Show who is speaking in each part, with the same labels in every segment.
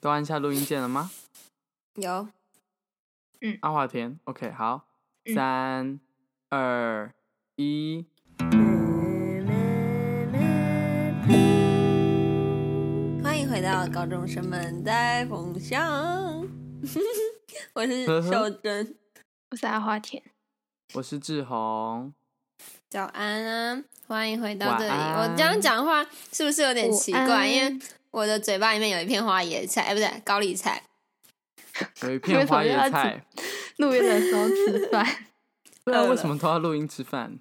Speaker 1: 都按下录音键了吗？
Speaker 2: 有，
Speaker 1: 阿华田，OK，好，
Speaker 2: 嗯
Speaker 1: 三、二、一，
Speaker 2: 欢迎回到高中生们带风向， 我是秀珍。
Speaker 3: 我是阿花田，
Speaker 1: 我是志宏，
Speaker 2: 早安啊，欢迎回到这里。
Speaker 1: 晚安
Speaker 2: 我这样讲话是不是有点奇
Speaker 3: 午
Speaker 2: 怪？
Speaker 3: 安
Speaker 2: 因为我的嘴巴里面有一片花椰菜，哎，不对，高丽菜。
Speaker 1: 有一片花椰菜，
Speaker 3: 录音的时候 吃饭。
Speaker 1: 对啊，
Speaker 2: 饿
Speaker 1: 为
Speaker 2: 了
Speaker 1: 什么都要录音吃饭？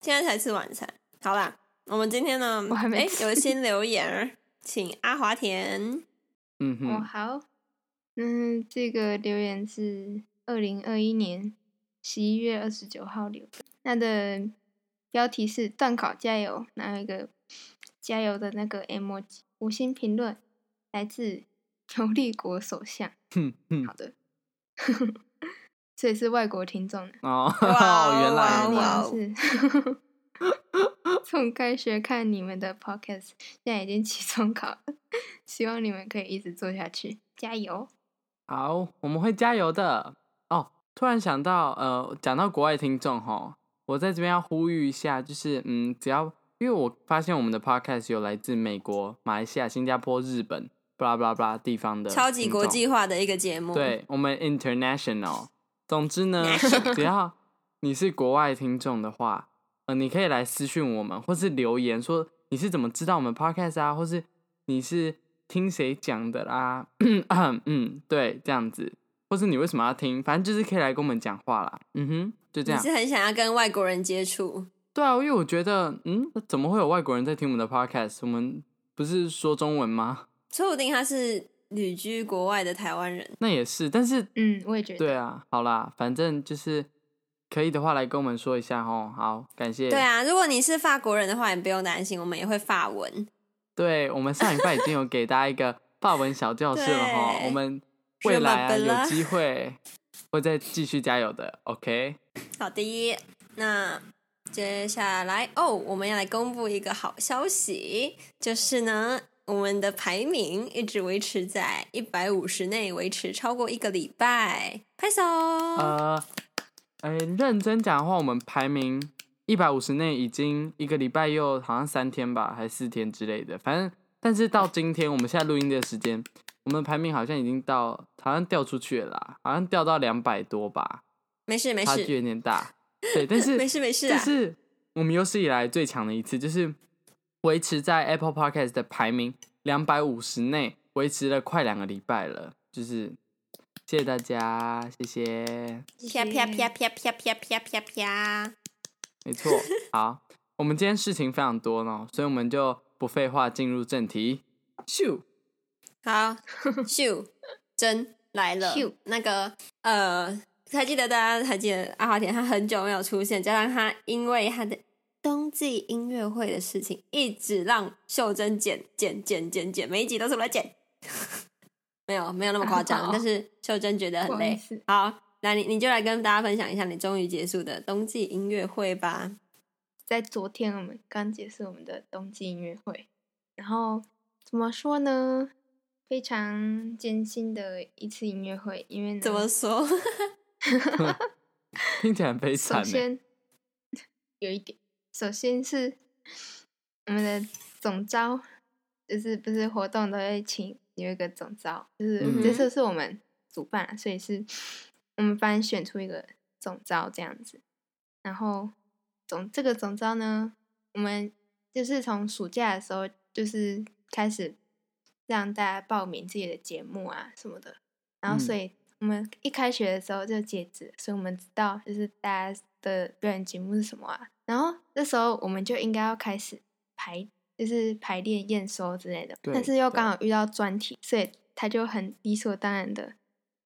Speaker 2: 现在才吃晚餐。好啦，我们今天呢，
Speaker 3: 我还没
Speaker 2: 哎
Speaker 3: 吃
Speaker 2: 有新留言儿，请阿华田。
Speaker 1: 嗯哼，
Speaker 3: 哦，好，嗯，这个留言是二零二一年十一月二十九号留的，那的标题是“断考加油”，然后一个加油的那个 emoji。五星评论来自尤利国首相。
Speaker 1: 哼哼
Speaker 3: 好，的， 所以是外国听众呢。
Speaker 1: 哦，
Speaker 2: 哇
Speaker 1: 原来
Speaker 2: 哇
Speaker 1: 如
Speaker 3: 你
Speaker 1: 此
Speaker 2: 哇哦
Speaker 3: 们是 从开学看你们的 podcast，现在已经期中考了，希望你们可以一直做下去，加油！
Speaker 1: 好，我们会加油的。哦，突然想到，呃，讲到国外听众吼，我在这边要呼吁一下，就是嗯，只要因为我发现我们的 podcast 有来自美国、马来西亚、新加坡、日本，巴拉巴拉巴拉地方的
Speaker 2: 超级
Speaker 1: 听众
Speaker 2: 国际化的一个节目，，
Speaker 1: 对我们 international。总之 呢，只要你是国外听众的话，呃，你可以来私讯我们，或是留言说你是怎么知道我们 podcast 啊，或是你是听谁讲的啦、 嗯，对，这样子，或是你为什么要听，反正就是可以来跟我们讲话啦。嗯哼，就这
Speaker 2: 你
Speaker 1: 样。
Speaker 2: 是很想要跟外国人接触，
Speaker 1: 对啊，因为我觉得，嗯，怎么会有外国人在听我们的 podcast？我们不是说中文吗？
Speaker 2: 说不定他是旅居国外的台湾人。
Speaker 1: 那也是，但是
Speaker 3: 嗯，我也觉得。
Speaker 1: 对啊，好啦，反正就是可以的话来跟我们说一下哦。好，感谢。
Speaker 2: 对，啊，如果你是法国人的话，你不用担心，我们也会法文。
Speaker 1: 对我们上礼拜已经有给大家一个法文小教室了哈。
Speaker 2: 对
Speaker 1: 我们
Speaker 2: 是
Speaker 1: 未
Speaker 2: 吗
Speaker 1: 来啊
Speaker 2: 本
Speaker 1: 有
Speaker 2: 来
Speaker 1: 机会会再继续加油的。OK，
Speaker 2: 好的，那接下来哦，我们要来公布一个好消息，就是呢，我们的排名一直维持在一百五十内，维持超过一个礼拜，拍手。
Speaker 1: 呃，哎，认真讲的话，我们排名一百五十内已经一个礼拜又好像三天吧，还是四天之类的。反正，但是到今天我们现在录音的时间，我们排名好像已经到好像掉出去了啦，好像掉到两百多吧。
Speaker 2: 没事没
Speaker 1: 差距
Speaker 2: 事，
Speaker 1: 有点大。对，但是
Speaker 2: 没事没事
Speaker 1: 这
Speaker 2: 啊，
Speaker 1: 是我们有史以来最强的一次，就是维持在 Apple Podcast 的排名两百五十内，维持了快两个礼拜了。就是谢谢大家，谢谢。
Speaker 2: 啪啪啪啪啪啪啪啪啪。
Speaker 1: 没 错，好，我们今天事情非常多呢，所以我们就不废话，进入正题。 咻，
Speaker 2: 好，秀真来了
Speaker 3: 咻。
Speaker 2: 那个呃，还记得大家还记得阿华田，他很久没有出现，加上他因为他的冬季音乐会的事情，一直让秀珍剪剪剪剪剪，每一集都是我来剪。 没有没有那么夸 张，
Speaker 3: 好
Speaker 2: 但是秀珍觉得
Speaker 3: 不
Speaker 2: 很
Speaker 3: 好意
Speaker 2: 累
Speaker 3: 思。
Speaker 2: 好，那你你就来跟大家分享一下你终于结束的冬季音乐会吧。
Speaker 3: 在昨天我们刚结束我们的冬季音乐会，然后怎么说呢？非常艰辛的一次音乐会，因为呢
Speaker 2: 怎么说？
Speaker 1: 听起来很悲
Speaker 3: 首
Speaker 1: 惨欸呢。
Speaker 3: 先 有一点，首先是我们的总招，就是不是活动都会请有一个总招，就是
Speaker 1: 嗯
Speaker 3: 这次是我们主办啊，所以是我们班选出一个总招这样子。然后总这个总招呢，我们就是从暑假的时候就是开始让大家报名自己的节目啊什么的，然后所
Speaker 1: 嗯
Speaker 3: 以我们一开学的时候就截止，所以我们知道就是大家的表演节目是什么啊。然后这时候我们就应该要开始排，就是排练验收之类的。
Speaker 1: 对
Speaker 3: 但是又
Speaker 1: 对
Speaker 3: 刚好遇到专题，所以他就很理所当然的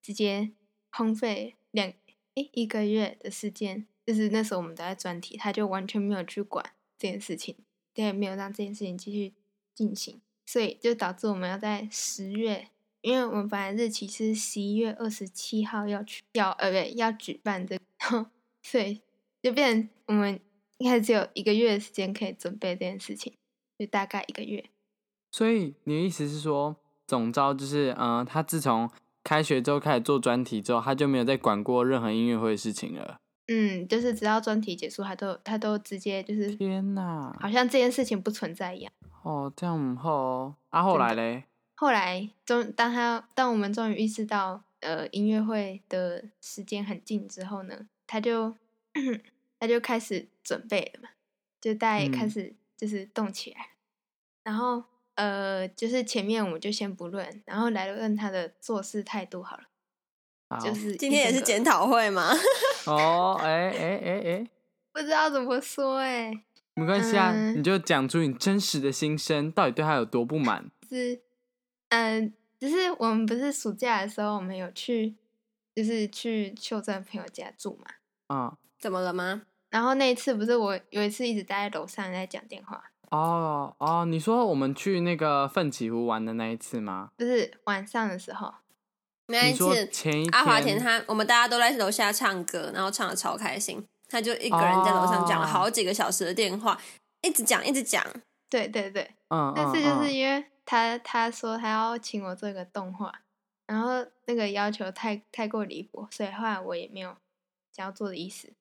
Speaker 3: 直接荒废两诶一个月的时间，就是那时候我们都在专题，他就完全没有去管这件事情，也没有让这件事情继续进行，所以就导致我们要在十月因为我们本来日期是十一月二十七号要去要呃不对要举办这个， 所以就变成我们一开始只有一个月的时间可以准备这件事情，就大概一个月。
Speaker 1: 所以你的意思是说，总招就是，嗯、他自从开学之后开始做专题之后，他就没有再管过任何音乐会的事情了。
Speaker 3: 嗯，就是只要专题结束，他都他都直接就是
Speaker 1: 天哪！
Speaker 3: 好像这件事情不存在一样。
Speaker 1: 哦，这样很厚哦。啊，后来嘞，
Speaker 3: 后来终当他当我们终于意识到呃音乐会的时间很近之后呢，他就他就开始准备了嘛，就大家也开
Speaker 1: 嗯
Speaker 3: 始就是动起来，然后呃就是前面我们就先不论，然后来论他的做事态度好了，
Speaker 1: 好
Speaker 3: 就是
Speaker 2: 今
Speaker 3: 一
Speaker 2: 天也
Speaker 3: 整
Speaker 2: 是
Speaker 3: 个
Speaker 2: 检讨会吗？
Speaker 1: 哦，哎哎哎哎，
Speaker 3: 不知道怎么说哎、
Speaker 1: 没关系啊，
Speaker 3: 嗯
Speaker 1: 你就讲出你真实的心声，到底对他有多不满。
Speaker 3: 是，嗯，只是我们不是暑假的时候，我们有去，就是去秀珍朋友家住嘛。
Speaker 1: 嗯，
Speaker 2: 怎么了吗？
Speaker 3: 然后那一次不是我有一次一直待在楼上在讲电话，
Speaker 1: 哦哦，你说我们去那个奋起湖玩的那一次吗？
Speaker 3: 就是晚上的时候，
Speaker 2: 那一
Speaker 1: 你说
Speaker 2: 次
Speaker 1: 前一
Speaker 2: 阿华
Speaker 1: 天
Speaker 2: 田他我们大家都在楼下唱歌，然后唱的超开心，他就一个人在楼上讲了
Speaker 1: 哦
Speaker 2: 好几个小时的电话，一直讲一直讲，
Speaker 3: 对对对，
Speaker 1: 嗯，
Speaker 3: 那次就
Speaker 1: 嗯
Speaker 3: 是
Speaker 1: 嗯
Speaker 3: 因为他他说他要请我做一个动画，然后那个要求太太过离谱，所以后来我也没有想要做的意思，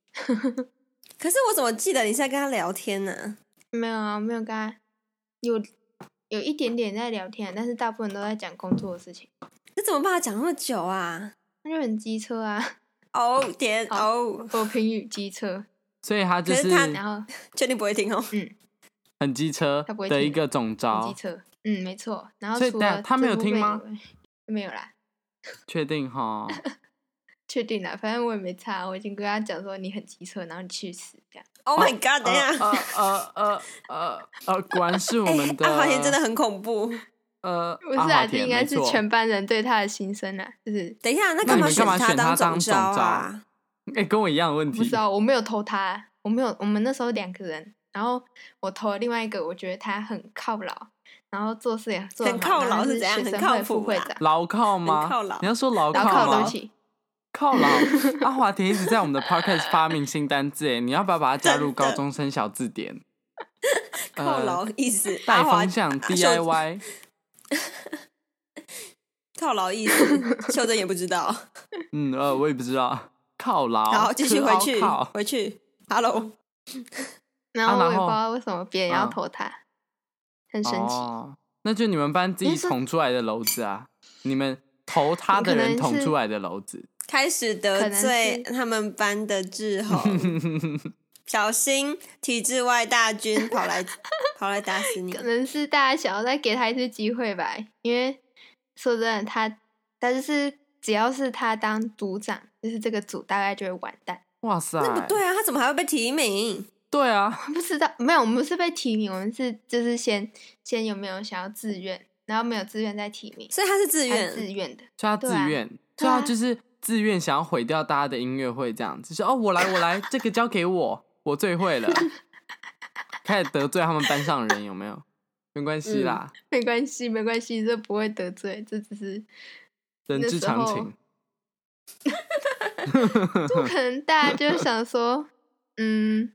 Speaker 2: 可是我怎么记得你是在跟他聊天呢、
Speaker 3: 没有啊，没有跟他有有一点点在聊天，但是大部分都在讲工作的事情，
Speaker 2: 你怎么把他讲那么久啊？
Speaker 3: 那就很机车啊。
Speaker 2: 哦天哦，
Speaker 3: 我评语机车，
Speaker 1: 所以他就
Speaker 2: 可是他
Speaker 3: 然后
Speaker 2: 确定不会听哦？
Speaker 1: 很机车
Speaker 3: 他不会
Speaker 1: 的一
Speaker 3: 听
Speaker 1: 个总
Speaker 3: 很机
Speaker 1: 招，
Speaker 3: 车，嗯，没错。然后
Speaker 1: 所以
Speaker 3: 除
Speaker 1: 等下
Speaker 3: 了
Speaker 1: 他没有
Speaker 3: 这部
Speaker 1: 听
Speaker 3: 分以
Speaker 1: 吗
Speaker 3: 外？没有啦，
Speaker 1: 确定 哈？
Speaker 3: 确定啦，反正我也没差，我已经跟他讲说你很机车，然后你去死这样。
Speaker 2: Oh my god！等一下，
Speaker 1: 呃呃呃呃呃，果然是我
Speaker 2: 哎
Speaker 1: 们的
Speaker 2: 阿华田真的很恐怖。
Speaker 1: 呃，
Speaker 3: 不
Speaker 1: 阿
Speaker 3: 是
Speaker 1: 华
Speaker 3: 啊，这
Speaker 1: 田
Speaker 3: 应该
Speaker 1: 没
Speaker 3: 是
Speaker 1: 错
Speaker 3: 全班人对他的心声啦，就是
Speaker 2: 等一下，
Speaker 1: 那
Speaker 2: 那干
Speaker 1: 你
Speaker 2: 嘛
Speaker 1: 们干嘛
Speaker 2: 他
Speaker 1: 选他
Speaker 2: 总
Speaker 1: 当
Speaker 2: 招
Speaker 1: 总
Speaker 2: 啊？
Speaker 1: 哎，跟我一样的问
Speaker 3: 不
Speaker 1: 题
Speaker 3: 知，道啊我没有投他，啊我没有，我们那时候两个人，然后我投了另外一个，我觉得他很靠牢，然后做事也做得
Speaker 2: 很
Speaker 3: 好
Speaker 2: 靠
Speaker 3: 然
Speaker 2: 牢
Speaker 3: 后他
Speaker 2: 是
Speaker 3: 是
Speaker 2: 怎样
Speaker 3: 学
Speaker 2: 很
Speaker 3: 生
Speaker 2: 靠
Speaker 3: 会副
Speaker 2: 谱
Speaker 3: 会
Speaker 2: 啦
Speaker 3: 长，
Speaker 1: 牢靠吗？
Speaker 2: 靠牢
Speaker 1: 你要说牢
Speaker 3: 然
Speaker 1: 靠
Speaker 3: 后靠对
Speaker 1: 吗啊
Speaker 3: 不？起，
Speaker 1: 靠 牢，阿华田一直在我们的 podcast 发明新单字，哎，你要不要把它加入
Speaker 2: 真的
Speaker 1: 高中生小字典？
Speaker 2: 靠
Speaker 1: 呃
Speaker 2: 牢意思，
Speaker 1: 带
Speaker 2: 阿华
Speaker 1: 风向
Speaker 2: 秀
Speaker 1: DIY，
Speaker 2: 靠牢意思，秀珍也不知道。
Speaker 1: 嗯呃，我也不知道，靠牢，
Speaker 2: 好，继续
Speaker 1: 科
Speaker 2: 回
Speaker 1: 凹
Speaker 2: 去，
Speaker 1: 靠
Speaker 2: 回去。Hello，
Speaker 3: 然
Speaker 1: 啊
Speaker 3: 后
Speaker 1: 然
Speaker 3: 我也不知
Speaker 1: 后
Speaker 3: 道为什么别人要
Speaker 1: 嗯
Speaker 3: 投他，很神奇。
Speaker 1: 哦，那就你们班自己
Speaker 3: 因为是
Speaker 1: 捅出来的篓子啊，你们投他的
Speaker 3: 可能
Speaker 1: 人
Speaker 3: 是
Speaker 1: 捅出来的篓子。
Speaker 2: 开始
Speaker 3: 可
Speaker 2: 得
Speaker 3: 能
Speaker 2: 罪
Speaker 3: 是
Speaker 2: 他们班的志 宏，小心体制外大军跑 来跑来打死你
Speaker 3: 可。能是大家想要再给他一次机会吧，因为说真的，他他就是只要是他当组长，就是这个组大概就会完蛋。
Speaker 1: 哇塞，
Speaker 2: 那不对啊，他怎么还会被提名？
Speaker 1: 对啊，
Speaker 3: 不知道，没有，我们是被提名，我们是就是先先有没有想要自愿，然后没有自愿再提名，
Speaker 2: 所以他是自
Speaker 3: 他是自
Speaker 2: 愿，
Speaker 3: 愿的，
Speaker 1: 所以他
Speaker 3: 对
Speaker 1: 自
Speaker 3: 啊
Speaker 1: 愿，
Speaker 3: 对
Speaker 1: 所以
Speaker 3: 啊
Speaker 1: 他就是自愿想要毁掉大家的音乐会，这样子说哦，我来，我来，这个交给我，我最会 了，开始得罪他们班上的人有没有？没关系
Speaker 3: 嗯
Speaker 1: 啦，
Speaker 3: 没关系，没关系，这不会得罪，这只是
Speaker 1: 人
Speaker 3: 那
Speaker 1: 之
Speaker 3: 时
Speaker 1: 常
Speaker 3: 候
Speaker 1: 情。
Speaker 3: 就可 能大家就想说，嗯，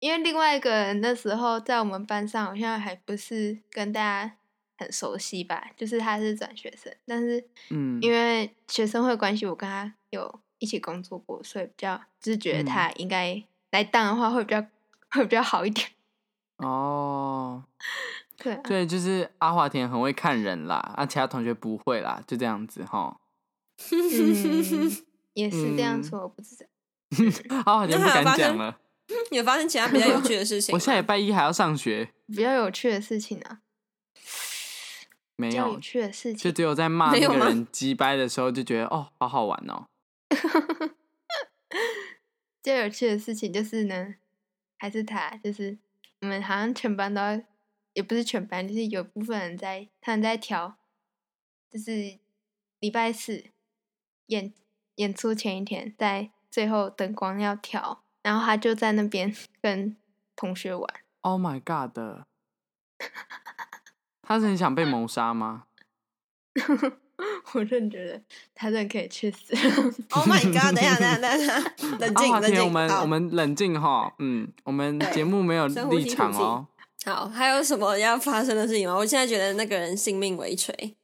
Speaker 3: 因为另外一个人那时候在我们班上好像还不是跟大家很熟悉吧，就是他是转学生，但是
Speaker 1: 嗯，
Speaker 3: 因为学生会关系，我跟他有一起工作过，所以比较就是觉得
Speaker 1: 嗯
Speaker 3: 他应该来当的话会比较会比较好一点。
Speaker 1: 哦，
Speaker 3: 对、啊，
Speaker 1: 对，就是阿华田很会看人啦，啊，其他同学不会啦，就这样子哈。
Speaker 3: 嗯，也是这样
Speaker 1: 嗯
Speaker 3: 说，我不知道。
Speaker 1: 阿华 田不
Speaker 2: 那还
Speaker 1: 敢
Speaker 2: 有发
Speaker 1: 讲
Speaker 2: 生
Speaker 1: 了。
Speaker 2: 有发生其他比较有趣的事情
Speaker 1: 我
Speaker 2: 吗？
Speaker 1: 下礼拜一还要上学，
Speaker 3: 比较有趣的事情啊，
Speaker 1: 没
Speaker 3: 比较有
Speaker 1: 有，
Speaker 3: 趣的事
Speaker 1: 就
Speaker 3: 情，
Speaker 1: 只有在骂
Speaker 2: 没
Speaker 1: 那
Speaker 2: 有
Speaker 1: 个
Speaker 2: 吗
Speaker 1: 人鸡掰的时候，就觉得哦，好好玩哦。
Speaker 3: 最有趣的事情就是呢，还是他，就是我们好像全班都要，也不是全班，就是有部分人在他们在调，就是礼拜四演演出前一天，在最后灯光要调，然后他就在那边 跟同学玩，
Speaker 1: Oh my god！他是很想被谋杀吗？
Speaker 3: 我真的觉得他真的可以去死。
Speaker 2: Oh my god！等一下，等一下，等一下， 冷
Speaker 1: 阿华
Speaker 2: 静，冷
Speaker 1: 田，
Speaker 2: 静。
Speaker 1: 啊我们
Speaker 2: 好
Speaker 1: 我们冷静哈，嗯，我们
Speaker 2: 对
Speaker 1: 节目没有
Speaker 2: 深呼吸
Speaker 1: 立场
Speaker 2: 吐气
Speaker 1: 哦。
Speaker 2: 好，还有什么要发生的事情吗？我现在觉得那个人性命垂垂。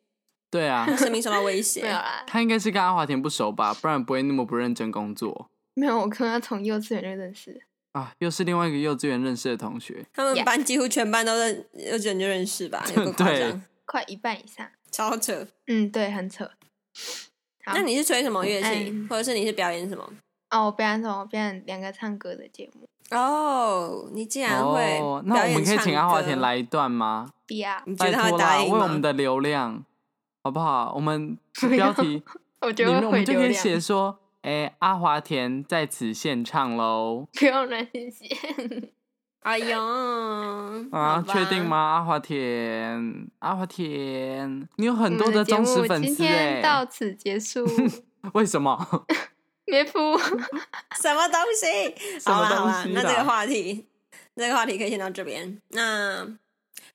Speaker 1: 对啊，
Speaker 2: 生命受到威胁
Speaker 3: 没。有啦，
Speaker 1: 他应该是跟阿华田不熟吧，不然不会那么不认真工作
Speaker 3: 没有，我跟他从幼稚园就认识了，
Speaker 1: 啊。又是另外一个幼稚园认识的同学，
Speaker 2: 他们
Speaker 3: Yeah
Speaker 2: 班几乎全班都认，有人就认识吧，有个 夸
Speaker 1: 对
Speaker 2: 张，
Speaker 3: 快一半以上。
Speaker 2: 超扯。
Speaker 3: 嗯，对，很扯。好
Speaker 2: 那你是吹什么乐器
Speaker 3: 嗯，
Speaker 2: 或者是你是表演什么？
Speaker 3: 哦，我表演什么？我表演两个唱歌的节目。
Speaker 2: 哦，你竟然会
Speaker 1: 哦，那
Speaker 2: 表
Speaker 1: 我
Speaker 2: 演
Speaker 1: 们可以
Speaker 2: 唱
Speaker 1: 请阿华田
Speaker 2: 歌，
Speaker 1: 来一段吗？
Speaker 3: B R，
Speaker 2: 你觉
Speaker 1: 拜
Speaker 2: 得他
Speaker 1: 托
Speaker 2: 会
Speaker 1: 啦，
Speaker 2: 答
Speaker 1: 为
Speaker 2: 应
Speaker 1: 我们
Speaker 2: 吗？
Speaker 1: 的流量好不好？我们
Speaker 3: 不
Speaker 1: 标
Speaker 3: 要
Speaker 1: 题
Speaker 3: 我觉
Speaker 1: 里
Speaker 3: 得
Speaker 1: 面我
Speaker 3: 会
Speaker 1: 们就
Speaker 3: 流
Speaker 1: 可以
Speaker 3: 量，
Speaker 1: 写说，哎、阿华田在此献唱喽。
Speaker 3: 不用乱写。
Speaker 2: 哎呦，
Speaker 1: 啊，
Speaker 3: 好吧
Speaker 1: 确定吗？阿华田，阿华田，你有很多
Speaker 3: 我们的节
Speaker 1: 忠实
Speaker 3: 目
Speaker 1: 粉
Speaker 3: 今
Speaker 1: 丝
Speaker 3: 天
Speaker 1: 哎、
Speaker 3: 到此 结束，
Speaker 1: 为什么？
Speaker 3: 别哭。
Speaker 2: 什么东西？
Speaker 1: 什
Speaker 2: 好
Speaker 1: 么
Speaker 2: 啦好啦
Speaker 1: 东，西
Speaker 2: 那
Speaker 1: 啦
Speaker 2: 这个话题，这个话题可以先到这边。那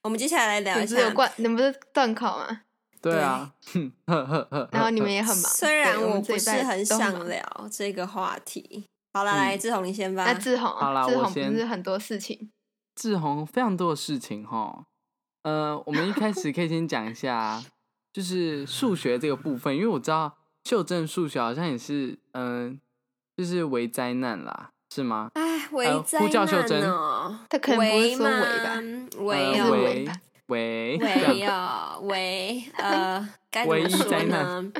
Speaker 2: 我们接下来来聊
Speaker 3: 你
Speaker 2: 一
Speaker 3: 不是有
Speaker 2: 下。
Speaker 3: 断，你不是断考吗？
Speaker 1: 对啊，哼呵呵呵。
Speaker 3: 然后你们也很忙，
Speaker 2: 虽
Speaker 3: 对
Speaker 2: 然
Speaker 3: 我
Speaker 2: 我
Speaker 3: 们这
Speaker 2: 不
Speaker 3: 一
Speaker 2: 是
Speaker 3: 代
Speaker 2: 很
Speaker 3: 都很
Speaker 2: 想
Speaker 3: 忙。
Speaker 2: 聊这个话题，好啦，
Speaker 1: 嗯
Speaker 2: 来志宏你先吧
Speaker 3: 那。志宏
Speaker 1: 好啦
Speaker 3: 啊，志
Speaker 1: 我
Speaker 3: 宏不
Speaker 1: 先
Speaker 3: 是很多事情，
Speaker 1: 志宏非常多的事情哈。呃，我们一开始可以先讲一下，就是数学这个部分，因为我知道修正数学好像也是，嗯、就是为灾难啦，是吗？
Speaker 2: 哎，为
Speaker 1: 呃
Speaker 2: 灾
Speaker 1: 呼叫秀
Speaker 2: 难
Speaker 1: 珍
Speaker 2: 哦，
Speaker 3: 他可能不会说
Speaker 2: 为
Speaker 3: 为吧？
Speaker 1: 呃
Speaker 2: 吧，为
Speaker 3: 有
Speaker 2: 哦，
Speaker 1: 喂
Speaker 3: 为
Speaker 1: 喂，
Speaker 3: 吧
Speaker 1: 这样
Speaker 2: 唯哦，唯呃，该怎
Speaker 1: 唯
Speaker 2: 么
Speaker 1: 一
Speaker 2: 说
Speaker 1: 灾
Speaker 2: 呢
Speaker 1: 难？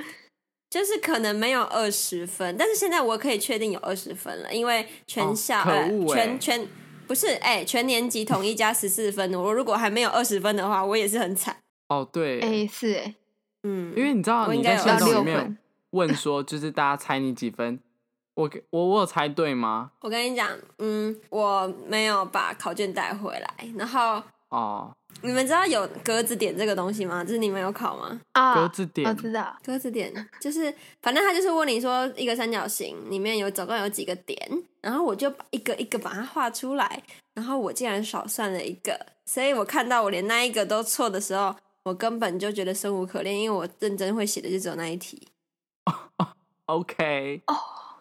Speaker 2: 就是可能没有二十分，但是现在我可以确定有二十分了，因为全
Speaker 1: 哦
Speaker 2: 校、
Speaker 1: 可
Speaker 2: 呃
Speaker 1: 恶欸
Speaker 2: 全全不是哎、全年级统一加十四分，我如果还没有二十分的话，我也是很惨。
Speaker 1: 哦对，
Speaker 3: 哎，是哎，
Speaker 2: 嗯，
Speaker 1: 因为你知道
Speaker 2: 我应
Speaker 1: 你
Speaker 2: 该
Speaker 1: 在线
Speaker 2: 有
Speaker 1: 动里
Speaker 3: 26
Speaker 1: 面
Speaker 3: 分
Speaker 1: 问说，就是大家猜你几分？我给我我有猜对吗？
Speaker 2: 我跟你讲，嗯，我没有把考卷带回来，然后
Speaker 1: 哦，
Speaker 2: 你们知道有格子点这个东西吗？就是你们有考吗？
Speaker 1: 格
Speaker 3: 啊，
Speaker 1: 子
Speaker 3: 我
Speaker 1: 点
Speaker 3: 知道，
Speaker 2: 格子点就是，反正他就是问你说一个三角形里面有总共有几个点，然后我就一个一个把它画出来，然后我竟然少算了一个，所以我看到我连那一个都错的时候，我根本就觉得生无可恋，因为我认真会写的就只有那一题。
Speaker 1: OK。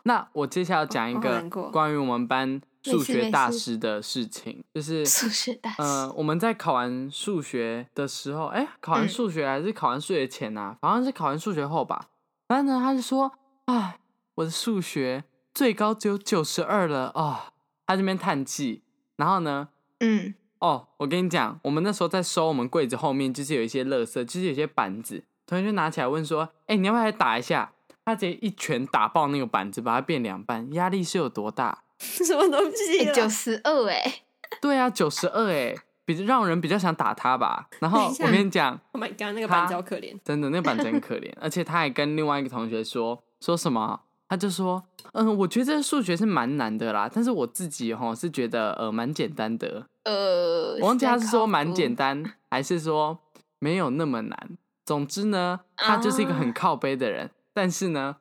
Speaker 1: 那我接下来要讲一
Speaker 2: 我好
Speaker 1: 个
Speaker 2: 难过
Speaker 1: 关于我们班
Speaker 3: 没事
Speaker 1: 数学
Speaker 3: 没
Speaker 1: 大
Speaker 3: 事
Speaker 1: 师的事情，就是
Speaker 3: 数学大师
Speaker 1: 呃，我们在考完数学的时候，哎、考完
Speaker 3: 嗯
Speaker 1: 数学还是考完数学前呐、好像是考完数学后吧。然后呢，他就说：“哎，我的数学最高只有九十二了啊、他这边叹气。然后呢，
Speaker 3: 嗯，
Speaker 1: 哦，我跟你讲，我们那时候在收我们柜子后面，就是有一些垃圾，就是有一些板子，同学就拿起来问说：“哎、你要不要来打一下？”他直接一拳打爆那个板子，把它变两半，压力是有多大？
Speaker 2: 什么东西啊啦？
Speaker 3: 九十二哎，
Speaker 1: 对啊，九十二哎，比让人比较想打他吧。然后
Speaker 2: 等一下
Speaker 1: 我跟你讲，
Speaker 2: Oh my god，那个
Speaker 1: 他
Speaker 2: 板子好可怜。
Speaker 1: 真的，那版真可怜，而且他还跟另外一个同学说说什么，他就说，嗯，我觉得这数学是蛮难的啦，但是我自己哈是觉得呃蛮简单的，
Speaker 3: 呃，
Speaker 1: 我忘记他是说蛮简
Speaker 3: 简，
Speaker 1: 单，还是说没有那么难。总之呢，他就是一个
Speaker 2: 啊
Speaker 1: 很靠背的人，但是呢，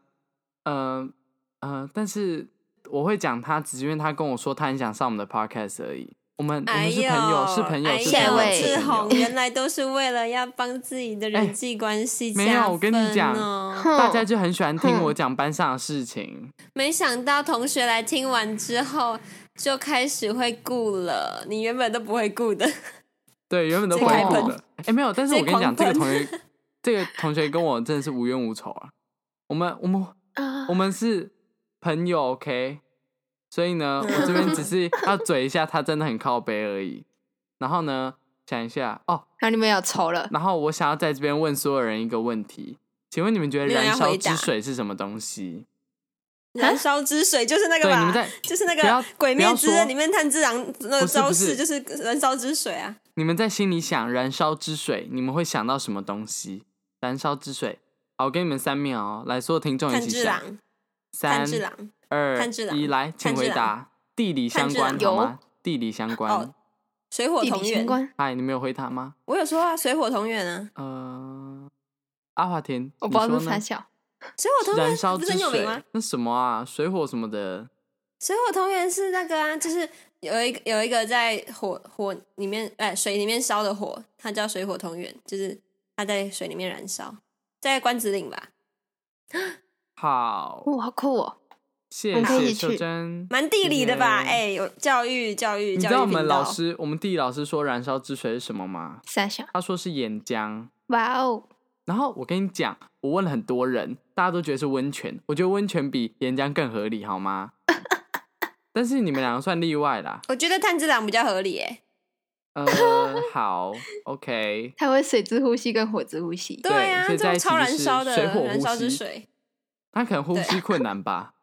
Speaker 1: 呃呃，但是我会讲他，只是因为他跟我说他很想上我们的 podcast 而已。我们我
Speaker 2: 哎
Speaker 1: 们是
Speaker 2: 呦，
Speaker 1: 朋友，是朋友，
Speaker 2: 哎
Speaker 1: 是
Speaker 2: 呀
Speaker 3: 下
Speaker 1: 朋友，
Speaker 3: 位
Speaker 1: 是
Speaker 2: 志
Speaker 1: 朋友
Speaker 2: 宏原来都是为了要帮自己的人
Speaker 1: 哎
Speaker 2: 际关系加
Speaker 1: 没
Speaker 2: 分
Speaker 1: 有
Speaker 2: 哦。
Speaker 1: 我跟你讲大
Speaker 2: 嗯
Speaker 1: 家就很喜欢听
Speaker 3: 哼
Speaker 1: 我讲班上的事情。
Speaker 2: 没想到同学来听完之后就开始会顾了，你原本都不会顾的。
Speaker 1: 对，原本都
Speaker 2: 直
Speaker 1: 不
Speaker 2: 接
Speaker 1: 会
Speaker 3: 开
Speaker 1: 顾
Speaker 3: 喷
Speaker 1: 的。哎、没有，但是
Speaker 2: 直
Speaker 1: 我
Speaker 2: 接
Speaker 1: 跟你讲，这个
Speaker 2: 狂
Speaker 1: 同学，这个同学跟我真的是无冤无仇啊。我们我们
Speaker 3: 啊
Speaker 1: 我们是朋友，OK？所以呢，我这边只 是要嘴一下，他真的很靠背而已。然后呢，想一下哦，
Speaker 3: 然后你们有仇了，
Speaker 1: 然后我想要在这边问所有人一个问题，请问你们觉得
Speaker 2: 没有
Speaker 1: 燃
Speaker 2: 要
Speaker 1: 烧
Speaker 2: 回
Speaker 1: 之
Speaker 2: 答
Speaker 1: 水是什么东西？
Speaker 2: 燃烧之水就是那个
Speaker 1: 对，你
Speaker 2: 吧
Speaker 1: 们，在
Speaker 2: 就是那个
Speaker 1: 不要
Speaker 2: 《鬼灭之
Speaker 1: 不
Speaker 2: 刃
Speaker 1: 要》说
Speaker 2: 里面炭治郎那个
Speaker 1: 不是
Speaker 2: 招
Speaker 1: 不是
Speaker 2: 式就是燃烧之水啊。
Speaker 1: 你们在心里想燃烧之水，你们会想到什么东西？燃烧之水，好，我给你们三秒哦，来，所有听众一
Speaker 2: 炭
Speaker 1: 起
Speaker 2: 治
Speaker 1: 想。
Speaker 2: 郎，炭
Speaker 1: 三
Speaker 2: 治郎，
Speaker 1: 二
Speaker 2: 炭治郎
Speaker 1: 一，来，请
Speaker 2: 炭治
Speaker 1: 回
Speaker 2: 郎
Speaker 1: 答地理
Speaker 2: 炭
Speaker 1: 相
Speaker 2: 治
Speaker 1: 关
Speaker 2: 郎
Speaker 1: 好吗？地理相关
Speaker 2: 哦，水火
Speaker 3: 地
Speaker 2: 同
Speaker 3: 理相
Speaker 2: 源。
Speaker 3: 关，
Speaker 1: 嗨，你没有回答吗？
Speaker 2: 我有说啊，水火同源啊，
Speaker 1: 呃，阿华田，
Speaker 3: 我
Speaker 1: 你
Speaker 3: 不知道
Speaker 1: 说
Speaker 3: 是啥
Speaker 1: 呢
Speaker 3: 小，
Speaker 2: 水火同源
Speaker 1: 燃烧
Speaker 2: 哦不
Speaker 1: 之
Speaker 2: 是很有名吗
Speaker 1: 水？，那什么啊，水火什么的，
Speaker 2: 水火同源是那个啊，就是有一个有一个在火火里面，哎，水里面烧的火，它叫水火同源，就是它在水里面燃烧，在关子岭吧，
Speaker 1: 好，
Speaker 3: 哇，好酷哦，我
Speaker 1: 谢
Speaker 3: 们可以
Speaker 1: 谢
Speaker 3: 一起
Speaker 1: 秀
Speaker 3: 去
Speaker 1: 珍。
Speaker 2: 蛮地理的吧？
Speaker 1: Yeah
Speaker 2: 哎、有教育教育
Speaker 1: 你知
Speaker 2: 教育
Speaker 1: 道我们
Speaker 2: 频道
Speaker 1: 老师，我们地理老师说燃烧之水是什么吗？
Speaker 3: 傻小，
Speaker 1: 他说是岩浆，
Speaker 3: 哇哦，
Speaker 1: 然后我跟你讲，我问了很多人，大家都觉得是温泉，我觉得温泉比岩浆更合理，好吗？ 但是你们两个算例外啦。
Speaker 2: 我觉得炭治郎比较合理哎诶。
Speaker 1: 呃，好，OK，
Speaker 3: 它会水之呼吸跟火之呼吸。
Speaker 1: 对
Speaker 2: 啊，
Speaker 1: 所
Speaker 2: 这
Speaker 1: 以在
Speaker 2: 种
Speaker 1: 一起
Speaker 2: 超
Speaker 1: 就
Speaker 2: 燃
Speaker 1: 是
Speaker 2: 烧的
Speaker 1: 水火
Speaker 2: 燃
Speaker 1: 呼
Speaker 2: 烧之
Speaker 1: 吸
Speaker 2: 水，
Speaker 1: 他可能呼
Speaker 2: 对
Speaker 1: 吸困难吧。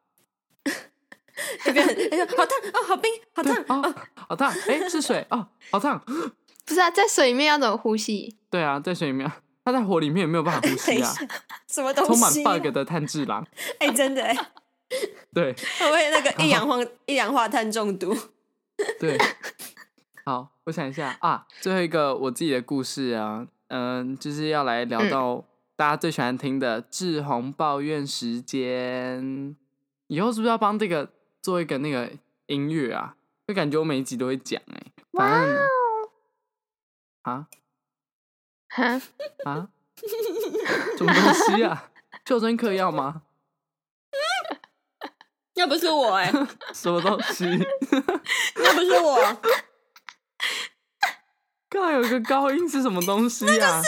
Speaker 2: 就变成哎呦好烫哦，好冰，好
Speaker 1: 对
Speaker 2: 烫。
Speaker 1: 哦，好烫！哎、是水哦，好烫！
Speaker 3: 不是啊，在水里面要怎么呼吸？
Speaker 1: 对啊，在水里面，他在火里面也没有办法呼
Speaker 2: 等
Speaker 1: 吸
Speaker 2: 一
Speaker 1: 啊
Speaker 2: 下，，什么东
Speaker 1: 充满
Speaker 2: 西啊？
Speaker 1: bug 的炭治郎。
Speaker 2: 哎，真的哎，
Speaker 1: 对
Speaker 2: 会不会 那个一氧化一氧化碳中毒？
Speaker 1: 对，好，我想一下啊，最后一个我自己的故事啊，嗯、就是要来聊
Speaker 3: 嗯
Speaker 1: 到大家最喜欢听的志宏抱怨时间。以后是不是要帮这个做一个那个音乐啊？就感觉我每一集都会讲哎、反正
Speaker 2: 哦
Speaker 1: 啊
Speaker 3: 哈，
Speaker 1: 啊，什么东西 啊？袖珍课要吗？
Speaker 2: 要不是我 哎，
Speaker 1: 什么东 西？
Speaker 2: 要不是我，那
Speaker 1: 刚才有一个高音是什么东西啊？
Speaker 2: 是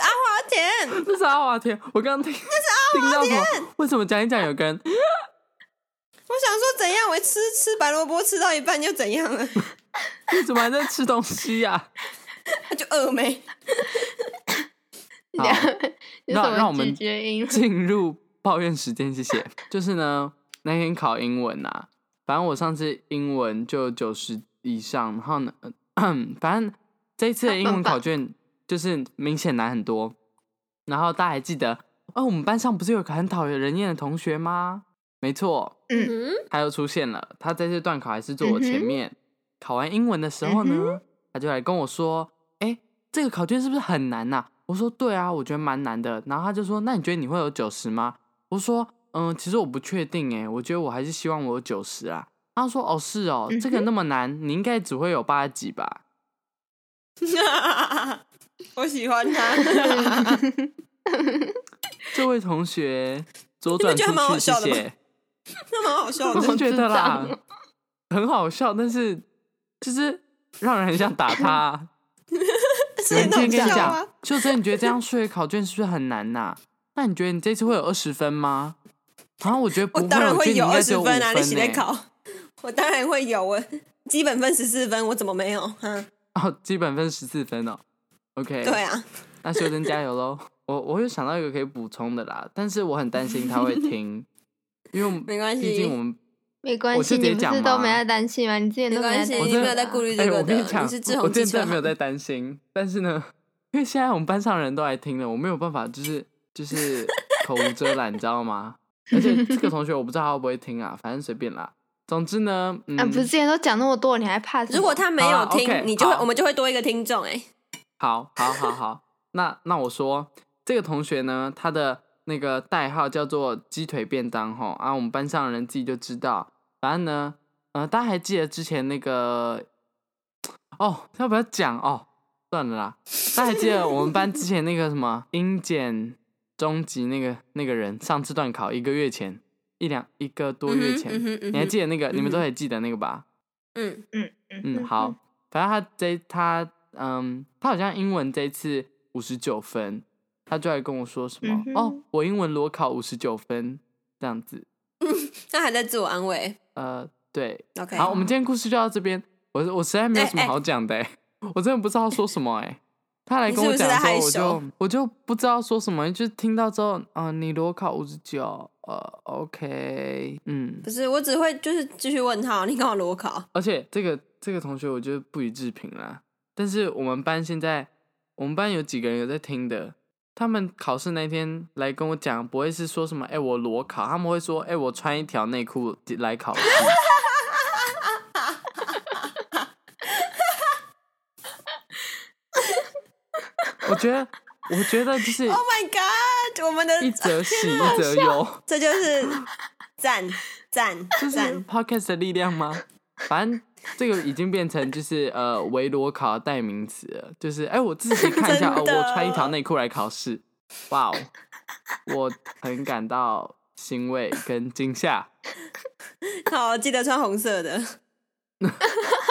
Speaker 2: 阿华田，
Speaker 1: 这是阿华田，我刚刚听，那是阿华田。听到什么？为什么讲一讲有个人？
Speaker 2: 我想说怎样？我吃吃白萝卜吃到一半又怎样了？
Speaker 1: 你怎么还在吃东西啊呀、
Speaker 2: 他就饿没。
Speaker 1: 好
Speaker 3: 有
Speaker 1: 那
Speaker 3: 什
Speaker 1: 让
Speaker 3: 么
Speaker 1: 我们
Speaker 3: 咀嚼音？
Speaker 1: 进入抱怨时间，谢谢。 就是呢，那天考英文啊，反正我上次英文就九十以上，然后呢， 反正这一次的英文考卷就是明显难很多。然后大家还记得，哦，我们班上不是有个很讨厌人厌的同学吗？没错，
Speaker 3: 嗯
Speaker 2: 嗯，
Speaker 1: 他又出现了。他这次段考还是坐我前
Speaker 3: 嗯哼
Speaker 1: 面。考完英文的时候呢，
Speaker 3: 嗯
Speaker 1: 他就来跟我说：“哎、这个考卷是不是很难呐、我说：“对啊，我觉得蛮难的。”然后他就说：“那你觉得你会有九十吗？”我说：“嗯，其实我不确定哎、我觉得我还是希望我有九十啊。”他说：“哦，是哦，这个
Speaker 3: 嗯哼
Speaker 1: 那么难，你应该只会有八十几吧？”
Speaker 2: 我喜 欢他。
Speaker 1: 这位同 学左转
Speaker 2: 觉得
Speaker 1: 出
Speaker 2: 还蛮好
Speaker 1: 去，谢
Speaker 2: 笑的吗
Speaker 1: 谢。
Speaker 2: 那蛮好哦笑
Speaker 1: 我不
Speaker 3: 我真
Speaker 2: 的。
Speaker 1: 觉
Speaker 3: 智
Speaker 1: 得啦
Speaker 3: 障，
Speaker 1: 很好笑，但是就是让人很想打他啊、
Speaker 2: 之
Speaker 1: 人
Speaker 2: 前都
Speaker 1: 今
Speaker 2: 很
Speaker 1: 天跟你
Speaker 2: 笑
Speaker 1: 讲
Speaker 2: 啊，，
Speaker 1: 秀珍，你觉得这样睡考卷是不是很难呐、那你觉得你这次会有二十分吗？然后我觉得不
Speaker 2: 我当然
Speaker 1: 我觉得
Speaker 2: 会
Speaker 1: 你
Speaker 2: 有
Speaker 1: 应该
Speaker 2: 二
Speaker 1: 只
Speaker 2: 十
Speaker 1: 五
Speaker 2: 分啊！你
Speaker 1: 分
Speaker 2: 写
Speaker 1: 呢
Speaker 2: 在考， 我当然会有。我基本分十四分，我怎么没有？嗯，
Speaker 1: 哦，基本分十四分哦。OK，
Speaker 2: 对啊，
Speaker 1: 那秀珍加油喽！我我有想到一个可以补充的啦，但是我很担心他会听，因为我们
Speaker 2: 没关系
Speaker 1: 毕竟我们
Speaker 3: 没关
Speaker 1: 我是
Speaker 3: 系，
Speaker 1: 直接
Speaker 3: 你不
Speaker 1: 讲
Speaker 3: 是都
Speaker 1: 吗
Speaker 3: 没在担心吗？你之前
Speaker 2: 没
Speaker 3: 都
Speaker 2: 关
Speaker 3: 在
Speaker 2: 系
Speaker 3: 担
Speaker 1: 我
Speaker 2: 你
Speaker 3: 心
Speaker 1: 真
Speaker 2: 没
Speaker 1: 的
Speaker 2: 有在
Speaker 3: 啊
Speaker 2: 顾虑
Speaker 1: 哎、
Speaker 2: 这个
Speaker 1: 我跟
Speaker 2: 的
Speaker 1: 你，讲，
Speaker 2: 你是志
Speaker 1: 我
Speaker 2: 宏
Speaker 1: 我
Speaker 2: 记
Speaker 1: 真
Speaker 2: 错
Speaker 1: 的。没有在担心，但是呢，因为现在我们班上人都来听了，我没有办法，就是就是 口无遮拦，你知道吗？而且这个同学我不知道他会不会听啊，反正随便啦。总之 呢，嗯，
Speaker 3: 啊，不是之前都讲那么多，你还怕什么？
Speaker 2: 如果他没
Speaker 1: 好
Speaker 2: 有
Speaker 1: 啊
Speaker 2: 听，
Speaker 1: OK，
Speaker 2: 你就会
Speaker 1: 好
Speaker 2: 我们就会多一个听众。哎，
Speaker 1: 好，好，好，好，那那我说这个同学呢，他的那个代号叫做鸡腿便当吼，啊，我们班上的人自己就知道。反正呢，呃，大家还记得之前那个，哦，要不要讲哦？算了啦，大家还记得我们班之前那个什么英检中级那个那个人，上次段考一个月前，一两一个多月前，
Speaker 2: 嗯哼嗯哼嗯哼
Speaker 1: 你还记得那个？你们都
Speaker 2: 嗯
Speaker 1: 还记得那个吧？
Speaker 2: 嗯，
Speaker 3: 嗯嗯
Speaker 1: 嗯，好，，反正他这他嗯，他好像英文这一次五十九分，他就来跟我说什么、
Speaker 3: 嗯哼
Speaker 1: 哦，我英文裸考五十九分这样子，
Speaker 2: 他还在自我安慰。
Speaker 1: 呃，对，
Speaker 2: OK，
Speaker 1: 好，我们今天故事就到这边，我我实在没有
Speaker 2: 啊哎
Speaker 1: 什么
Speaker 2: 哎
Speaker 1: 好讲的、欸，我真的不知道说什么哎、他来
Speaker 2: 你
Speaker 1: 跟
Speaker 2: 是
Speaker 1: 我
Speaker 2: 不是
Speaker 1: 讲的
Speaker 2: 在
Speaker 1: 时候，
Speaker 2: 害
Speaker 1: 我
Speaker 2: 羞
Speaker 1: 就我就不知道说什么，就听到之后，啊、你裸考五十九，呃，OK，嗯，
Speaker 2: 不是，我只会就是继续问他，你跟我裸考。
Speaker 1: 而且这个这个同学，我觉得不予置评啦。但是我们班现在，我们班有几个人有在听的，他们考试那天来跟我讲，不会是说什么哎、我裸考，他们会说哎、我穿一条内裤来考试。 我觉得，我觉得就是
Speaker 2: Oh my god！我们的
Speaker 1: 一则喜一则忧。
Speaker 2: 这就是赞赞
Speaker 1: 就是
Speaker 2: 赞，
Speaker 1: podcast 的力量 吗？反正这个已经变成就是呃维罗考的代名词了，就是哎、我自己看一下哦，
Speaker 2: 真的
Speaker 1: 我穿一条内裤来考试，哇哦，我很感到欣慰跟惊吓。
Speaker 2: 好，记得穿红色的。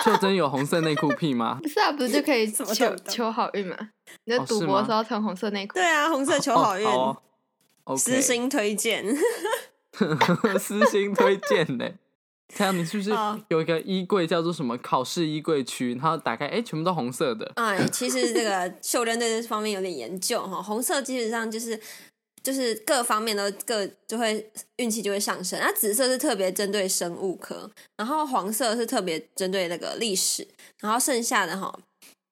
Speaker 1: 秀珍有红色内裤癖 吗？
Speaker 3: 不是啊，不是就可以
Speaker 2: 什么都
Speaker 3: 求
Speaker 2: 不懂
Speaker 3: 求好运嘛？你在
Speaker 1: 哦
Speaker 3: 赌
Speaker 1: 是
Speaker 3: 博
Speaker 1: 吗
Speaker 3: 的时候穿红色内裤
Speaker 2: 对，啊，红色求好运，
Speaker 1: 哦哦 OK
Speaker 2: 私心推荐。
Speaker 1: 私心推荐呢。这样你是不是
Speaker 2: 哦
Speaker 1: 有一个衣柜叫做什么考试衣柜区？然后打开，哎、全部都红色的。
Speaker 2: 哎，其实这个秀珍对这方面有点研究哈，红色基本上就是就是各方面都各就会运气就会上升，那紫色是特别针对生物科，然后黄色是特别针对那个历史，然后剩下的哈，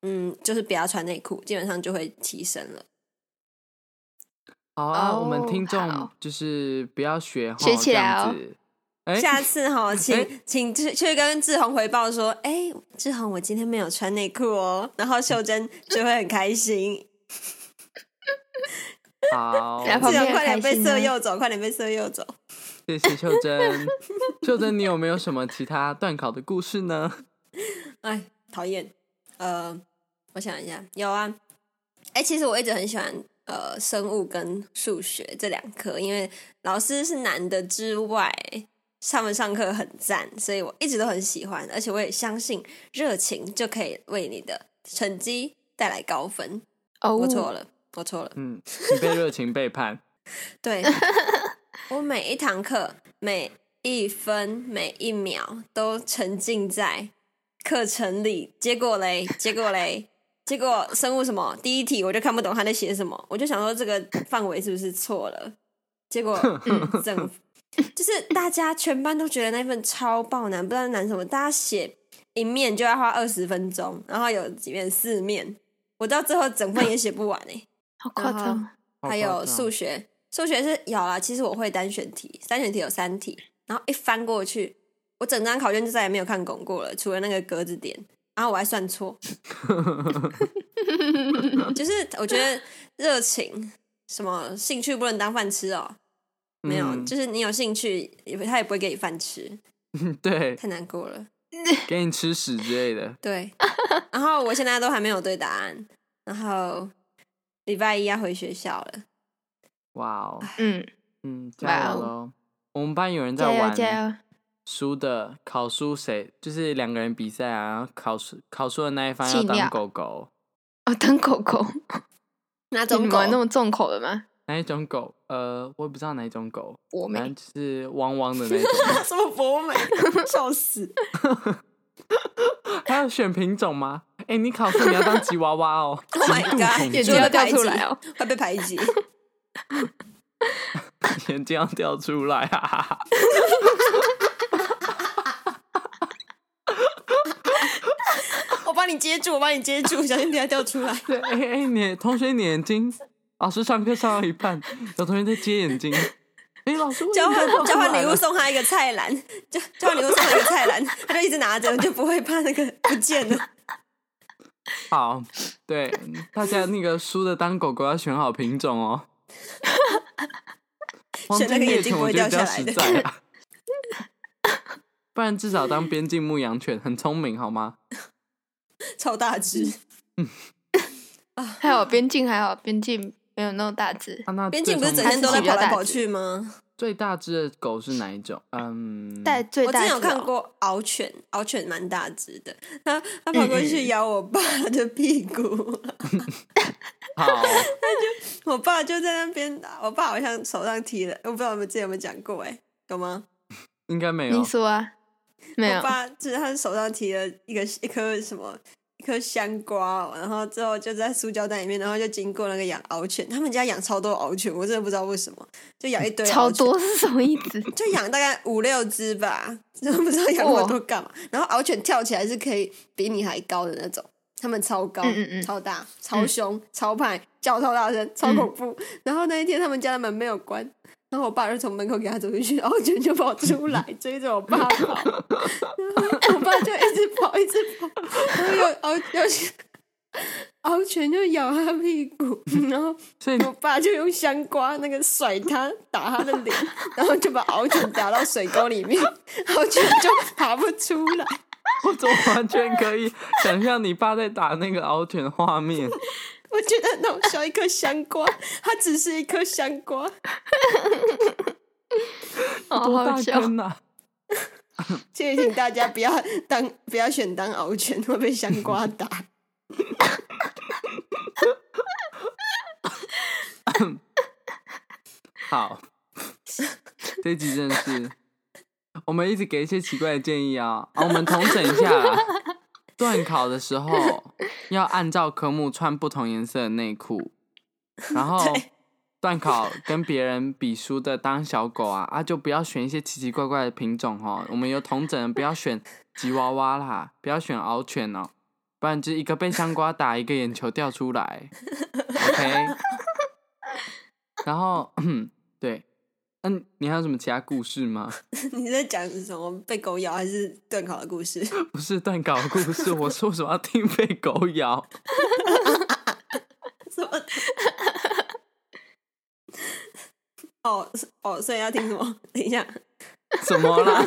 Speaker 2: 嗯，就是不要穿内裤，基本上就会提升了。
Speaker 1: 好啊我们
Speaker 3: 哦
Speaker 1: 听众
Speaker 3: 好
Speaker 1: 就是不要学哈，
Speaker 3: 学起
Speaker 1: 这
Speaker 3: 来
Speaker 1: 样
Speaker 3: 哦
Speaker 1: 子。哎、
Speaker 2: 下 次哈，
Speaker 1: 哎
Speaker 2: 请请去去跟志宏回报说，哎，志宏，我今天没有穿内裤哦，然后秀珍就会很开心，
Speaker 1: 好，
Speaker 3: 然后
Speaker 2: 志
Speaker 3: 旁边
Speaker 2: 宏
Speaker 3: 很
Speaker 2: 快点
Speaker 3: 开
Speaker 2: 被
Speaker 3: 心啊
Speaker 2: 色
Speaker 3: 吗
Speaker 2: 诱走，快点被色诱走。
Speaker 1: 谢谢秀珍。秀珍，你有没有什么其他断考的故事呢？
Speaker 2: 哎，讨厌。呃，我想一下，有啊。哎、其实我一直很喜欢呃生物跟数学这两科，因为老师是男的之外，他们上课很赞，所以我一直都很喜欢，而且我也相信热情就可以为你的成绩带来高分。
Speaker 3: 哦，
Speaker 2: 我错了，我错了。
Speaker 1: 嗯，你被热情背叛。
Speaker 2: 对，我每一堂课、每一分、每一秒都沉浸在课程里。结果嘞，结果嘞，结果生物什么第一题我就看不懂他在写什么，我就想说这个范围是不是错了？结果嗯整就是大家全班都觉得那份超爆难，不知道难什么，大家写一面就要花二十分钟，然后有几面四面，我到最后整份也写不完哎、
Speaker 3: 好夸
Speaker 2: 然后
Speaker 3: 张啊，
Speaker 1: 好
Speaker 2: 还
Speaker 1: 夸
Speaker 2: 有
Speaker 1: 张
Speaker 2: 数学，数学是有啦。其实我会单选题，单选题有三题，然后一翻过去，我整张考卷就再也没有看懂过了，除了那个格子点，然后我还算错。就是我觉得热情，什么兴趣不能当饭吃哦，没有，
Speaker 1: 嗯
Speaker 2: 就是你有兴趣，也不他也不会给你饭吃，
Speaker 1: 对，
Speaker 2: 太难过了。
Speaker 1: 给你吃屎之类的。
Speaker 2: 对，然后我现在都还没有对答案，然后礼拜一要回学校了。
Speaker 1: 哇哦，
Speaker 3: 嗯，
Speaker 1: 嗯，加油
Speaker 3: 哇哦
Speaker 1: 喽！我们班有人在
Speaker 3: 加油
Speaker 1: 玩
Speaker 3: 加油，
Speaker 1: 输的考输谁，就是两个人比赛啊，然后考输考输的那一方要
Speaker 3: 气尿
Speaker 1: 当狗狗，
Speaker 3: 哦，当狗狗，
Speaker 2: 那
Speaker 3: 你
Speaker 2: 种
Speaker 3: 们
Speaker 2: 狗
Speaker 3: 玩那么重口的吗？
Speaker 1: 哪一种狗？呃，我也不知道哪一种狗，
Speaker 3: 博
Speaker 1: 反
Speaker 3: 美
Speaker 1: 正就是汪汪的那 种。
Speaker 2: 什么博美，笑死！
Speaker 1: 还有选品种吗？哎、你考试你要当吉娃娃哦
Speaker 2: Oh my
Speaker 1: 极度
Speaker 2: god，
Speaker 1: 恐
Speaker 2: 眼
Speaker 3: 眼
Speaker 1: 惧
Speaker 3: 睛
Speaker 2: 睛
Speaker 3: 要
Speaker 2: 要
Speaker 3: 掉
Speaker 2: 掉
Speaker 3: 出
Speaker 2: 出来
Speaker 3: 来哦
Speaker 2: 哦！ 会被排挤。
Speaker 1: 眼睛要掉出来啊！
Speaker 2: 我帮你接住，我帮你接住， 小心不要掉出来。
Speaker 1: 对，哎、哎、你同学你眼睛，老师上课上到一半，有同学在接眼睛，哎、老师为什
Speaker 2: 交
Speaker 1: 么
Speaker 2: 换
Speaker 1: 掉出
Speaker 2: 交换
Speaker 1: 来
Speaker 2: 礼物
Speaker 1: 了
Speaker 2: 送他一个菜篮，交交换礼物送他一个菜篮，他就一直拿着，就不会怕那个 不见了。
Speaker 1: 好，对大家那个输的当狗狗要选好品种 哦。黄
Speaker 2: 选那
Speaker 1: 金
Speaker 2: 个眼
Speaker 1: 猎
Speaker 2: 睛
Speaker 1: 犬
Speaker 2: 不
Speaker 1: 我
Speaker 2: 会
Speaker 1: 觉得
Speaker 2: 掉
Speaker 1: 比较
Speaker 2: 下
Speaker 1: 实
Speaker 2: 来
Speaker 1: 在
Speaker 2: 的
Speaker 1: 啊，不然至少当边境牧羊犬很聪明好吗？
Speaker 2: 超大只，
Speaker 3: 还好边境还好边境没有那么大只，
Speaker 1: 啊，那
Speaker 2: 边
Speaker 1: 最
Speaker 2: 境不是
Speaker 1: 聪
Speaker 2: 整
Speaker 1: 明
Speaker 2: 天都在
Speaker 1: 的
Speaker 2: 跑来跑去吗？
Speaker 1: 最大只的狗是哪一种？嗯，
Speaker 3: 但最
Speaker 2: 我之
Speaker 3: 大
Speaker 2: 前
Speaker 3: 只
Speaker 2: 有看
Speaker 3: 哦，
Speaker 2: 过獒犬，獒犬蛮大只的，它它跑过去咬我爸的屁股，
Speaker 1: 好，
Speaker 2: 我爸就在那边，我爸好像手上提了，我不知道我们之前有没有讲过，哎，有吗？
Speaker 1: 应该没有
Speaker 3: 你。说啊，没有
Speaker 2: 我，爸就是他手上提了一个一颗什么一颗香瓜哦，然后之后就在塑胶袋里面，然后就经过那个养獒犬，他们家养超多獒犬，我真的不知道为什么，就养一堆
Speaker 3: 超
Speaker 2: 獒犬，
Speaker 3: 多是什么意 思？
Speaker 2: 就养大概五六只吧， 真的不知道养那么多干嘛。
Speaker 3: 哦
Speaker 2: 然后獒犬跳起来是可以比你还高的那种。它们超高、
Speaker 3: 嗯嗯嗯嗯
Speaker 2: 超大、超凶、超派，叫超大声、超恐怖。然后那一天他们家的门没有关，然后我爸就从门口给他走进去，然后卷就跑出 来追着我爸跑，然后我爸就一直跑一直跑，然后有獒有獒犬就咬他屁股， 然后
Speaker 1: 所以
Speaker 2: 我爸就用香瓜那个甩他打他的脸，然后就把獒犬打到水沟里面，獒犬就爬不出来。
Speaker 1: 我怎么完全可以想象你爸在打那个獒犬的画面？
Speaker 2: 我觉得很好笑，一颗香瓜，它只是一颗香瓜，
Speaker 3: 好
Speaker 1: 多大
Speaker 3: 哦好笑，
Speaker 1: 根啊！
Speaker 2: 所以请大家不要当不要选当獒犬，会被香瓜打。
Speaker 1: 好，这集真的是我们一直给一些奇怪的建议啊，啊我们统整一下啦。段考的时候要按照科目穿不同颜色的内裤，然后
Speaker 2: 对
Speaker 1: 段考跟别人比输的当小狗啊啊，就不要选一些奇奇怪怪的品种哦。我们有统整，不要选吉娃娃啦，不要选獒犬哦，不然就一个被香瓜打，一个眼球掉出来。OK，然后对，嗯、你还有什么其他故事吗？
Speaker 2: 你在讲什么？被狗咬还是断考的故事？
Speaker 1: 不是断稿故事，我说什么要听被狗咬？
Speaker 2: 什么？ 哦是哦，所以要听什么？等一下，
Speaker 1: 什么啦？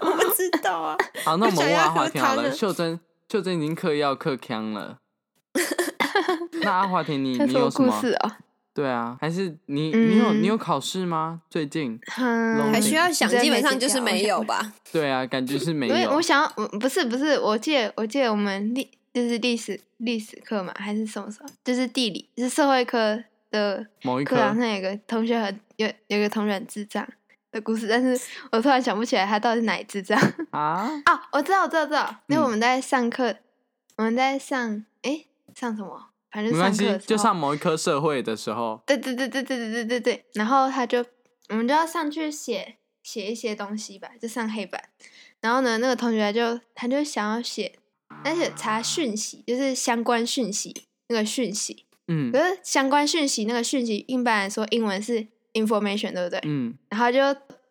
Speaker 2: 我不知道啊。
Speaker 1: 好，那我们
Speaker 2: 我想
Speaker 1: 问
Speaker 2: 要
Speaker 1: 阿华
Speaker 2: 喝
Speaker 1: 田好
Speaker 2: 汤
Speaker 1: 了。
Speaker 2: 了
Speaker 1: 秀珍，秀珍已经嗑药嗑呛了。那阿华田你，
Speaker 3: 他
Speaker 1: 你
Speaker 3: 说
Speaker 1: 有什
Speaker 3: 故
Speaker 1: 么？
Speaker 3: 事哦，
Speaker 1: 对啊，还是你你有你有
Speaker 3: 嗯
Speaker 1: 考试吗？最近？
Speaker 3: 嗯，
Speaker 2: 还需要想，
Speaker 3: 真的
Speaker 2: 基本
Speaker 3: 没
Speaker 2: 上
Speaker 3: 剪
Speaker 2: 就是
Speaker 3: 掉
Speaker 2: 没有？吧。
Speaker 1: 对啊，感觉是没
Speaker 3: 我想因为
Speaker 1: 有
Speaker 3: 我。想要，我不是不是，我记得我记得我们历就是历史历史课嘛，还是什么时候？就是地理，就是社会科的
Speaker 1: 某一
Speaker 3: 课
Speaker 1: 科
Speaker 3: 堂上有个同学很有有个同学很智障的故事，但是 我突然想不起来他到底是哪里智障。
Speaker 1: 啊，
Speaker 3: 哦，我知道，我知道，我知道。因为我
Speaker 1: 嗯
Speaker 3: 们在上课，我们在上，诶，上什么？反正
Speaker 1: 没
Speaker 3: 就上
Speaker 1: 关
Speaker 3: 课
Speaker 1: 系
Speaker 3: 的，时
Speaker 1: 就
Speaker 3: 候
Speaker 1: 上某一科社会的时候，
Speaker 3: 对对对对对对对对对。然后他就，我们就要上去写写一些东西吧，就上黑板。然后呢，那个同学就他就想要写，而且查讯息，就是相关讯息那个讯息。
Speaker 1: 嗯
Speaker 3: 可是相关讯息那个讯息，一般来说英文是 information，对不对？
Speaker 1: 嗯，
Speaker 3: 然后就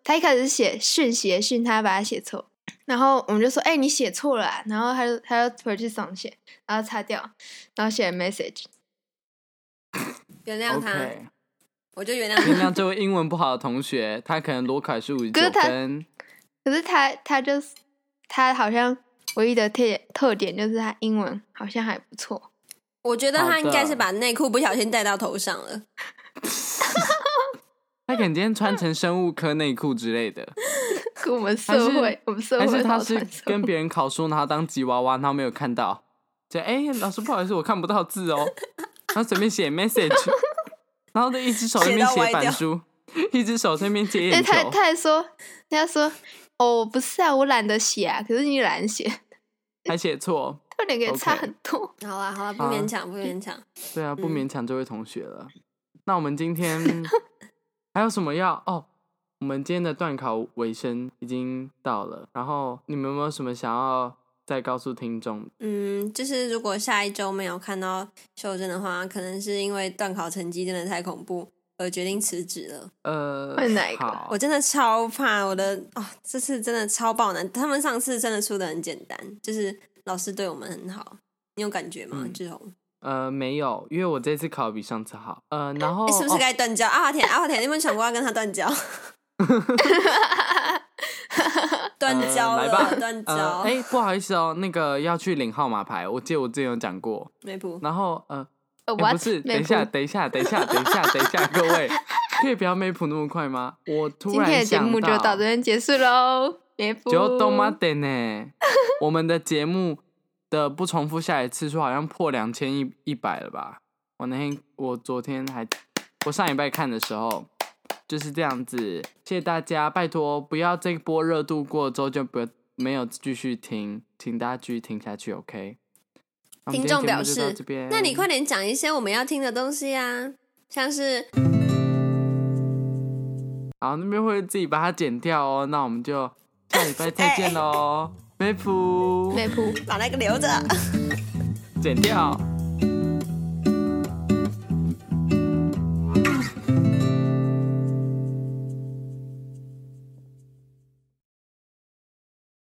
Speaker 3: 他一开始是写讯息的讯，他把它写错，然后我们就说：“哎、你写错了、啊。”然后他就他就回去重写，然后擦掉，然后写 message。
Speaker 2: 原谅他
Speaker 1: OK
Speaker 2: 我就原谅
Speaker 1: 原
Speaker 2: 他。
Speaker 1: 谅这位英文不好的同学，他可能裸考是五十九
Speaker 3: 可是他
Speaker 1: 分。
Speaker 3: 可是他他就是他好像唯一的特点特点就是他英文好像还不错。
Speaker 2: 我觉得
Speaker 1: 好
Speaker 2: 他
Speaker 1: 的
Speaker 2: 应该是把内裤不小心带到头上了。
Speaker 1: 他可能今天穿成生物科内裤之类 的，
Speaker 3: 跟我们社
Speaker 1: 还是
Speaker 3: 会，我们社
Speaker 1: 但
Speaker 3: 会
Speaker 1: 是他
Speaker 3: 好
Speaker 1: 是
Speaker 3: 传授
Speaker 1: 跟别人考书，然后当吉娃娃，他没有看到，就哎、老师不好意思，我看不到字哦，然后随便写 message，然后就一只手在那边
Speaker 2: 写到
Speaker 1: 写
Speaker 2: 歪
Speaker 1: 板
Speaker 2: 掉
Speaker 1: 书，一只手在那边 接
Speaker 3: 哎，
Speaker 1: 眼球
Speaker 3: 他，他还说，他说哦，不是啊，我懒得写啊，可是你懒得写，
Speaker 1: 还写错，
Speaker 3: 他两个也差
Speaker 1: OK
Speaker 3: 很多。
Speaker 2: 好啦好啦，不
Speaker 1: 好啊
Speaker 2: 勉强不勉强。
Speaker 1: 对啊，不
Speaker 2: 嗯
Speaker 1: 勉强这位同学了。那我们今 天还有什么要哦？我们今天的段考尾声已经到了，然后你们有没有什么想要再告诉听众？
Speaker 2: 嗯，就是如果下一周没有看到秀珍的话，可能是因为段考成绩真的太恐怖而决定辞职了。
Speaker 1: 呃
Speaker 3: 问哪一，个啊
Speaker 1: 好
Speaker 2: 我真的超怕我的哦，这次真的超爆难。他们上次真的出的很简单，就是老师对我们很好。你有感觉吗
Speaker 1: 嗯，
Speaker 2: 志宏？
Speaker 1: 呃，没有，因为我这次考得比上次好。呃，然后、
Speaker 2: 诶是不是
Speaker 1: 哦
Speaker 2: 该断交？阿华田，阿华田，你有没有想过要跟他断 交？ 断交
Speaker 1: 呃、来
Speaker 2: 了
Speaker 1: 吧，，
Speaker 2: 断
Speaker 1: 呃
Speaker 2: 交。
Speaker 1: 哎、不好意思哦，那个要去领号码牌，我记得我之前有讲过。
Speaker 2: 没谱。
Speaker 1: 然后呃，
Speaker 3: 呃
Speaker 1: 哎不
Speaker 3: what？
Speaker 1: 是，
Speaker 3: 没
Speaker 1: 等一下，
Speaker 3: 谱
Speaker 1: 等一下，等一下，等一下，等一下，各位，可以不要没谱那么快吗？我突
Speaker 3: 今
Speaker 1: 然
Speaker 3: 天的节
Speaker 1: 想
Speaker 3: 目就到这边结束喽，别不
Speaker 1: 就都妈的呢，啊我们的节目的不重复下来次数好像破两千一一百了吧？我那天我昨天还我上礼拜看的时候就是这样子，谢谢大家，拜托不要这波热度过之后就不没有继续听，请大家继续听下去，OK？那我们今天
Speaker 2: 听众
Speaker 1: 节目
Speaker 2: 表
Speaker 1: 就
Speaker 2: 示
Speaker 1: 到这边，
Speaker 2: 那你快点讲一些我们要听的东西啊，像是
Speaker 1: 好，那边会自己把它剪掉哦。那我们就下礼拜再
Speaker 2: 哎
Speaker 1: 见喽，梅普
Speaker 3: 没谱。
Speaker 2: 把那个留着。
Speaker 1: 剪掉。